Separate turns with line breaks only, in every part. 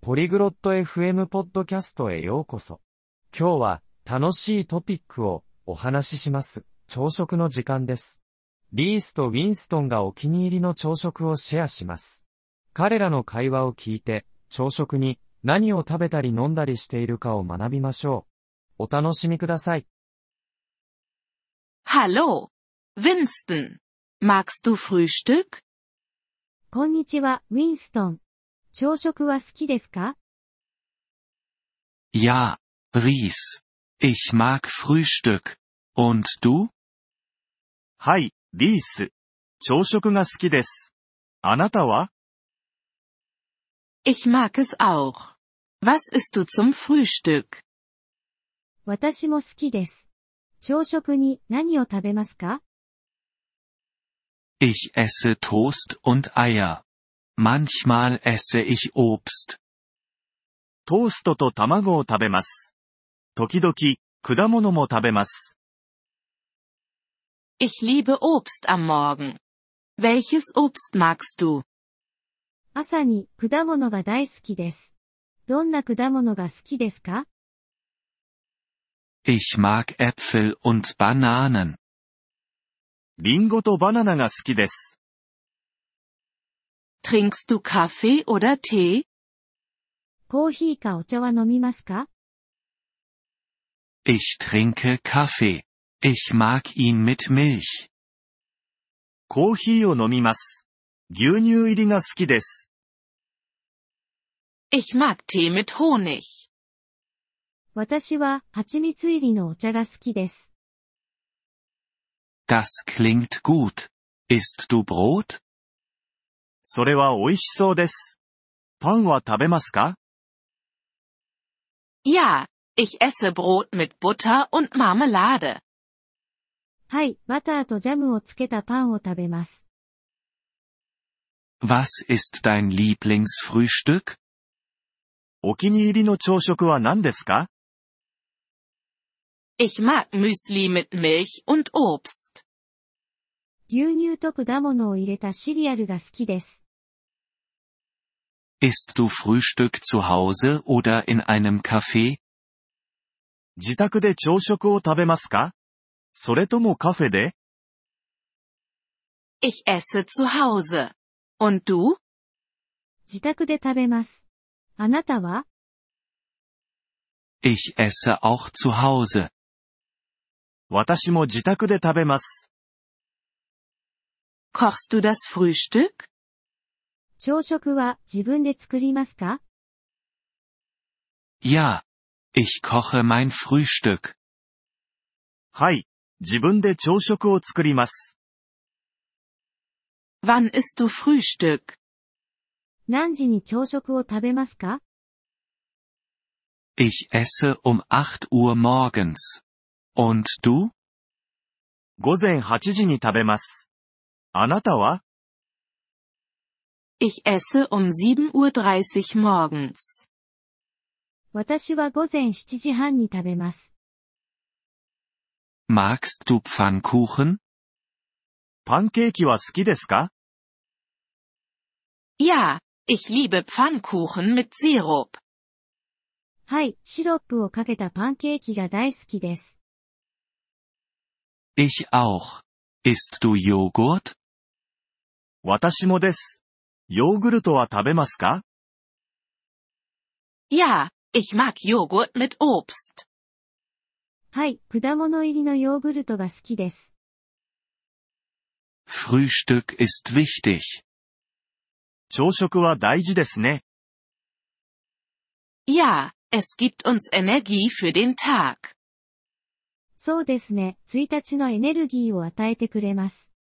ポリグロット FM ポッドキャストへようこそ。今日は楽しいトピックをお話しします。朝食の時間です。リースとウィンストンがお気に入りの朝食をシェアします。彼らの会話を聞いて、朝食に何を食べたり飲んだりしているかを学びましょう。お楽しみください。
Hallo, Winston. Magst du Frühstück?
こんにちは、ウィンストン。朝食は好きですか
Ja, Ries. Ich mag Frühstück. Und du?
はい、リース。朝食が好きです。あなたは
Ich mag es auch. Was isst du zum Frühstück?
私も好きです。朝食に何を食べますか
Ich esse Toast und Eier. Manchmal esse ich Obst.
トーストと卵を食べます。時々、果物も食べます。
Ich liebe Obst am Morgen. Welches Obst magst du?
朝に果物が大好きです。どんな果物が好きですか
Ich mag Äpfel und Bananen.
リンゴとバナナが好きです。
Trinkst du Kaffee oder Tee?
コーヒーかお茶は飲みますか
Ich trinke Kaffee. Ich mag ihn mit Milch.
コーヒーを飲みます。牛乳入りが好きです。
Ich mag Tee mit Honig.
私は蜂蜜入りのお茶が好きです。
Das klingt gut. Isst du Brot?
それは美味しそうです。パンは食べますか
Ja, ich esse Brot mit Butter und Marmelade.
はい、バターとジャムをつけたパンを食べます。
Was ist dein Lieblingsfrühstück?
お気に入りの朝食は何ですか
Ich mag Müsli mit Milch und Obst.
牛乳と果物を入れたシリアルが好きです。
Isst du Frühstück zu Hause oder in einem Café?
自宅で朝食を食べますかそれともカフェで
Ich esse zu Hause. Und du?
自宅で食べます。あなたは
Ich esse auch zu Hause.
私も自宅で食べます。
Kochst du das Frühstück?
朝食は自分で作りますか
Ja, ich koche mein Frühstück.
はい、自分で朝食を作ります。
Wann isst du Frühstück?
何時に朝食を食べますか
Ich esse um 8 Uhr morgens. Und du?
午前8時に食べます。あなたは
Ich esse um 7.30 Uhr morgens.
私は午前7時半に食べます。
Magst du Pfannkuchen?
パンケーキは好きですか
Ja, ich liebe Pfannkuchen mit Sirup.
はい、シロップをかけたパンケーキが大好きです。
Ich auch. Isst du Joghurt?
私もです。ヨーグルトは食べますか
Ja, ich mag Joghurt mit Obst.
はい、果物入りのヨーグルトが好きです。
Frühstück ist wichtig.
朝食は大事ですね。
Ja, Es gibt uns Energie für den Tag.
そうですね。1日のエネルギーを与えてくれます。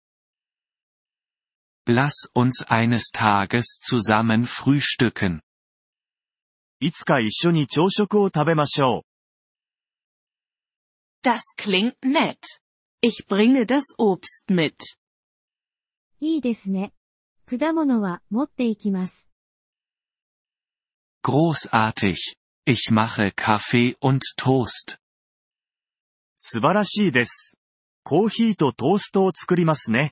Lass uns eines Tages zusammen frühstücken.
いつか一緒に朝食を食べましょ
う。Das klingt nett. Ich bringe das Obst mit.
いいですね。果物は持っていきます。
Großartig. Ich mache Kaffee und Toast.
素晴らしいです。コーヒーとトーストを作りますね。